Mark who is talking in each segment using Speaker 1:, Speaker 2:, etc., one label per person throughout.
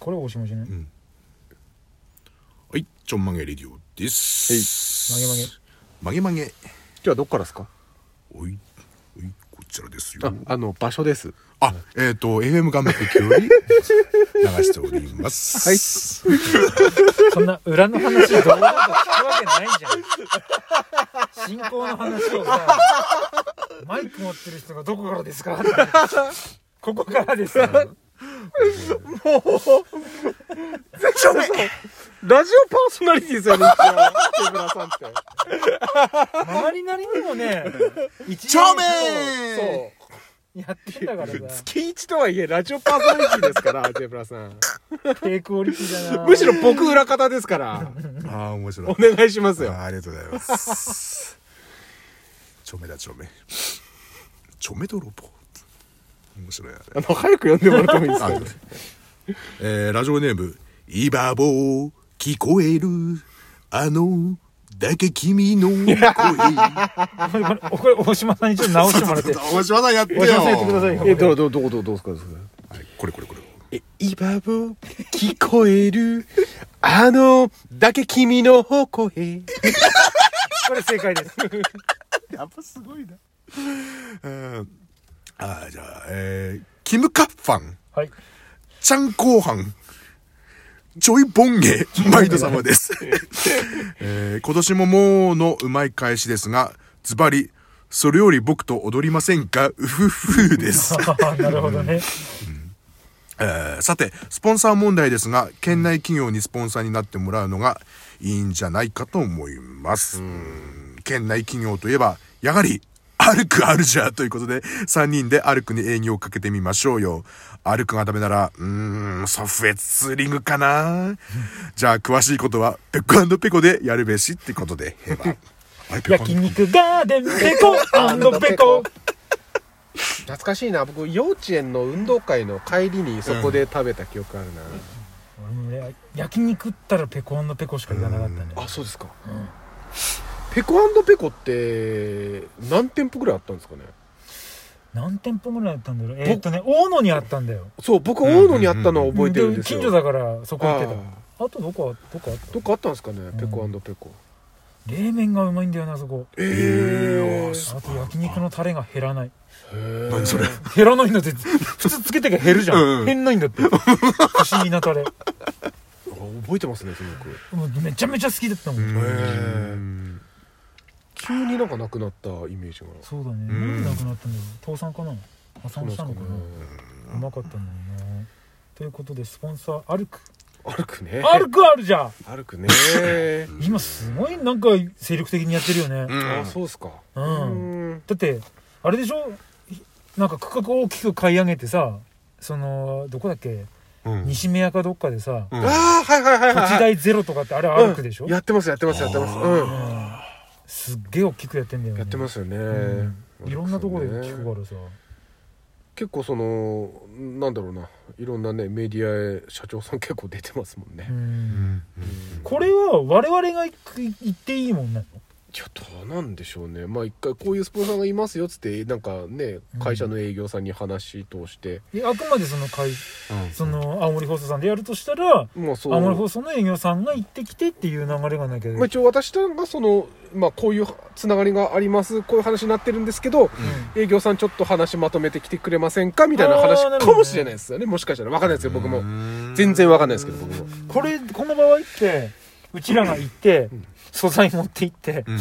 Speaker 1: これはおしましね、
Speaker 2: んはいちょんまげレディオです
Speaker 1: はい曲げ
Speaker 2: 曲げ曲げ
Speaker 3: 日はどっからですか
Speaker 2: おいおいこちらですよ
Speaker 3: ああの場所です
Speaker 2: あえっ、ー、と FM 画面より流しておりますはい
Speaker 1: そんな裏の話どうだと聞くわけないじゃん進行の話をさマイク持ってる人がどこからです かってここからですよ
Speaker 3: ラジオパーソナリティで すよね一応手ぶらさんって
Speaker 1: 周りなりにもね一
Speaker 2: ちょめ
Speaker 3: そう
Speaker 1: やってんだから さ
Speaker 3: 月一とはいえラジオパーソナリティです からゼブラさん
Speaker 1: 低クオリティだな
Speaker 3: むしろ僕裏方ですから
Speaker 2: ーああ面白い
Speaker 3: お願いします
Speaker 2: あ
Speaker 3: よ
Speaker 2: ーありがとうございますちょめだちょめちょめ泥棒面白いあれ
Speaker 3: あの早く呼んでもらってもいいです
Speaker 2: あ
Speaker 3: か
Speaker 2: そうですえーラジオネーム、イバボー、聞こえる、あの、だけ君の声。
Speaker 1: これこれ大島さんにちょっと直してもらって
Speaker 2: 大島さんやってよ。
Speaker 1: 大島さんやってくださいよ
Speaker 3: えどうどうどうどうどうですかどうですか
Speaker 2: はいこれこれこれ。
Speaker 3: え今も聞こえるあのだけ君の声
Speaker 1: これ正解です
Speaker 2: やっぱすごいな。うんあーじゃあ、えーキムカッファン、
Speaker 1: はい
Speaker 2: ちゃんこうはん、ちょいボンゲ、マイド様 です。えー今年ももうのうまい返しですが、ズバリ、それより僕と踊りませんかうふふです。
Speaker 1: なるほどね
Speaker 2: えーさて、スポンサー問題ですが、県内企業にスポンサーになってもらうのがいいんじゃないかと思います。うん県内企業といえば、やはり、歩くあるじゃということで、3人で歩くに営業をかけてみましょうよ。歩くがダメなら、うーん、ソフェツーリングかなじゃあ、詳しいことは、ペコペコでやるべしってことで、へば。あれペコ
Speaker 1: 焼肉ガーデンペコペ コ
Speaker 3: 懐かしいな僕幼稚園の運動会の帰りにそこで食べた記憶あるな、
Speaker 1: 俺もね焼肉ったらペコペコしか言わなかったね
Speaker 3: あそうですか、ペコペコって何店舗ぐらいあったんですかね
Speaker 1: 何店舗ぐらいあったんだろうえーっとね大野にあったんだよ
Speaker 3: そう僕大野にあったのは覚えてるんですよ、
Speaker 1: 近所だからそこ行って
Speaker 3: あ
Speaker 1: たあとどこあどこあっ
Speaker 3: ど
Speaker 1: た
Speaker 3: っかあったんですかねペコペコ
Speaker 1: 冷麺がうまいんだよなそこ
Speaker 3: え
Speaker 2: えーあそ
Speaker 1: あと焼肉のタレが減らない
Speaker 2: 何それ
Speaker 1: 減らないんだって普通つけてけば減るじゃん、
Speaker 2: うん
Speaker 1: 減んないんだって不思議なタレ
Speaker 3: 覚えてますねすごく
Speaker 1: もうめちゃめちゃ好きだったもん、
Speaker 2: うん
Speaker 3: ー急になんかなくなったイメージが
Speaker 1: そうだね
Speaker 2: ん
Speaker 1: なんでなくなったんだろう倒産かな破
Speaker 3: そう
Speaker 1: 産
Speaker 3: なん
Speaker 1: し
Speaker 3: です
Speaker 1: た
Speaker 3: か
Speaker 1: の
Speaker 3: ね
Speaker 1: かなうまかったんだよなということでスポンサー歩く
Speaker 3: 歩くね
Speaker 1: 歩くあるじゃん
Speaker 3: 歩くね
Speaker 1: 今すごいなんか精力的にやってるよね
Speaker 2: うん
Speaker 3: あそうっすか
Speaker 1: う、
Speaker 3: うんん
Speaker 1: だってあれでしょなんか区画を大きく買い上げてさそのどこだっけ
Speaker 2: うん
Speaker 1: 西目屋かどっかでさ、
Speaker 2: うん
Speaker 3: ああはいはいは
Speaker 1: 土
Speaker 3: い
Speaker 1: 地
Speaker 3: はい
Speaker 1: 代ゼロとかってあれ歩くでしょ、
Speaker 3: うんやってますやってますやってますうん
Speaker 1: すっげえ大きくやってんだよね
Speaker 3: やってますよね
Speaker 1: いろんなところで聞く
Speaker 3: ね
Speaker 1: からさ
Speaker 3: 結構そのなんだろうないろんなねメディアへ社長さん結構出てますもんね
Speaker 1: う
Speaker 2: うんん
Speaker 1: これは我々が行く行っていいもんなの
Speaker 3: いやどうなんでしょうねまあ一回こういうスポンサーがいますよっつってなんかね
Speaker 1: うん
Speaker 3: 会社の営業さんに話通して、
Speaker 1: であくまでその会
Speaker 2: うん
Speaker 1: その青森放送さんでやるとしたら
Speaker 3: もうそう、
Speaker 1: 青森放送の営業さんが行ってきてっていう流れがなきゃ
Speaker 3: まあ、
Speaker 1: う
Speaker 3: 一応私たちがその、まあ、こういうつながりがありますこういう話になってるんですけど
Speaker 1: ん
Speaker 3: 営業さんちょっと話まとめてきてくれませんかみたいな
Speaker 1: あ
Speaker 3: 話
Speaker 1: ーなるほどね
Speaker 3: かもしれないですよねもしかしたらわかんないですよ僕も全然わかんないですけど 僕も
Speaker 1: これこの場合ってうちらが行って素材持って行って
Speaker 2: うんうん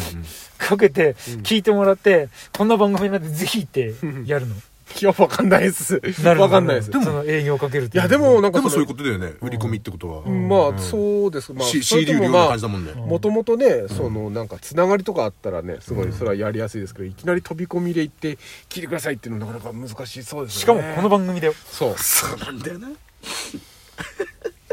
Speaker 1: かけて
Speaker 3: うん
Speaker 1: 聞いてもらってこんな番組なんでぜひってやるの
Speaker 3: いやわかんないです
Speaker 1: なる
Speaker 3: わかんないです
Speaker 1: でもその営業かけるって
Speaker 3: い
Speaker 1: いうの
Speaker 3: やでもなん
Speaker 2: で
Speaker 3: か
Speaker 2: もそういう
Speaker 3: こ
Speaker 2: ことだよね売り込みってことは
Speaker 3: ま
Speaker 2: ん
Speaker 3: あそうですまあ
Speaker 2: C-
Speaker 3: それ
Speaker 2: CD
Speaker 3: と
Speaker 2: 売るよ
Speaker 3: も
Speaker 2: うな
Speaker 3: まあ
Speaker 2: 感じだもんね
Speaker 1: うん
Speaker 3: もともとね、そのなんかつながりとかあったらねすごいそれはやりやすいですけど、いきなり飛び込みで行って聞いてくださいっていうのはなかなか難しそうです
Speaker 1: し
Speaker 3: よ
Speaker 1: か
Speaker 3: ね
Speaker 1: もこの番組だよ
Speaker 3: そう
Speaker 2: そうなんだよな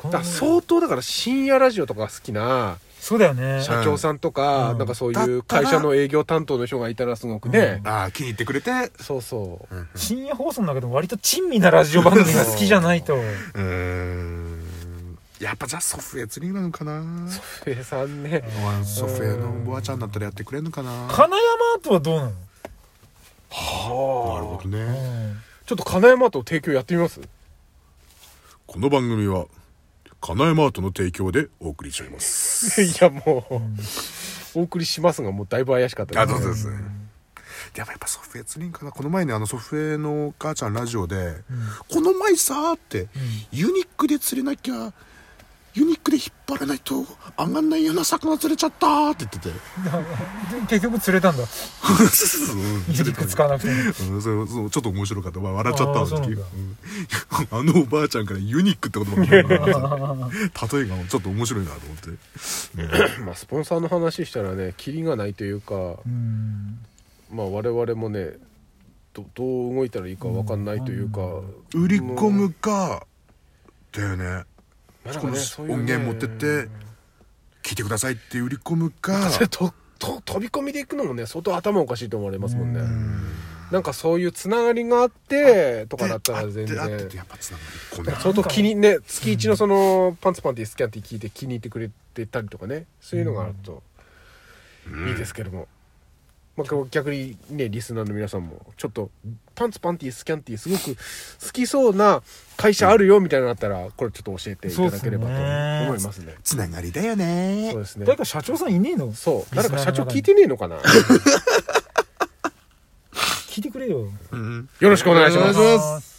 Speaker 1: この
Speaker 3: だから相当だから深夜ラジオとかが好きな
Speaker 1: そうだよね
Speaker 3: 社長さんとか、
Speaker 1: うん
Speaker 3: なんかそう
Speaker 2: だった
Speaker 3: い
Speaker 2: ら
Speaker 3: う会社の営業担当の人がいたらすごくね、
Speaker 2: ああ気に入ってくれて
Speaker 3: そうそう、
Speaker 1: 深夜放送の中でも割と珍味なラジオ番組が好きじゃないと
Speaker 2: うーんやっぱじゃあソフェ釣りなのかな
Speaker 3: ソフェさんね
Speaker 2: おいソフェのボアちゃんだったらやってくれんのかななる
Speaker 1: 金山とはどうなの
Speaker 3: は
Speaker 2: ほどね
Speaker 3: あちょっと金山と提供やってみます
Speaker 2: この番組はカナエマートの提供でお送りしております。
Speaker 3: いやもうお送りしますがもうだいぶ怪しかった
Speaker 2: あ、そうですね。でもやっぱソフエツリンかなこの前ねあのソフエの母ちゃんラジオで、この前さーって、ユニックで釣れなきゃユニックで引っ張らないと上がんないような魚釣れちゃったーって言って
Speaker 1: 結
Speaker 2: て
Speaker 1: 局釣れたんだ
Speaker 2: うん
Speaker 1: ユニック使わなくても
Speaker 2: うん、それそうちょっと面白かった、まあ、笑っちゃったんですけど
Speaker 1: あ
Speaker 2: うん あのおばあちゃんからユニックって言葉が出てくる 例えがちょっと面白いなと思って
Speaker 3: まあスポンサーの話したらねキリがないと いうか
Speaker 1: うん
Speaker 3: まあ我々もねどどう動いたらいいか分かんないというか、
Speaker 2: 売り込むかだよね
Speaker 3: まあなん
Speaker 2: こ
Speaker 3: か
Speaker 2: の
Speaker 3: ねそういうね
Speaker 2: 音源持ってって聞いてくださいって売り込むか
Speaker 3: それとと飛び込みでいくのもね相当頭おかしいと思われますもんねなんかそういうつながりがあってとかだったら全
Speaker 2: あってあって
Speaker 3: 然
Speaker 2: とやっぱつながりこんな
Speaker 3: 相当気にね月一のそのパンツパンティスキャンティ聞いて気に入ってくれてたりとかねそういうのがあるといいですけども、まあ、今日逆にねリスナーの皆さんもちょっとパンツパンティスキャンティすごく好きそうな会社あるよみたいなのあったらこれちょっと教えていただければと思いますね
Speaker 2: つながりだよね
Speaker 3: そうですね
Speaker 1: 誰か社長さんいねえの
Speaker 3: そう誰か社長聞いてねえのかな
Speaker 1: 聞いてくれよ
Speaker 2: うん
Speaker 3: よろしくお願いします
Speaker 1: お願いします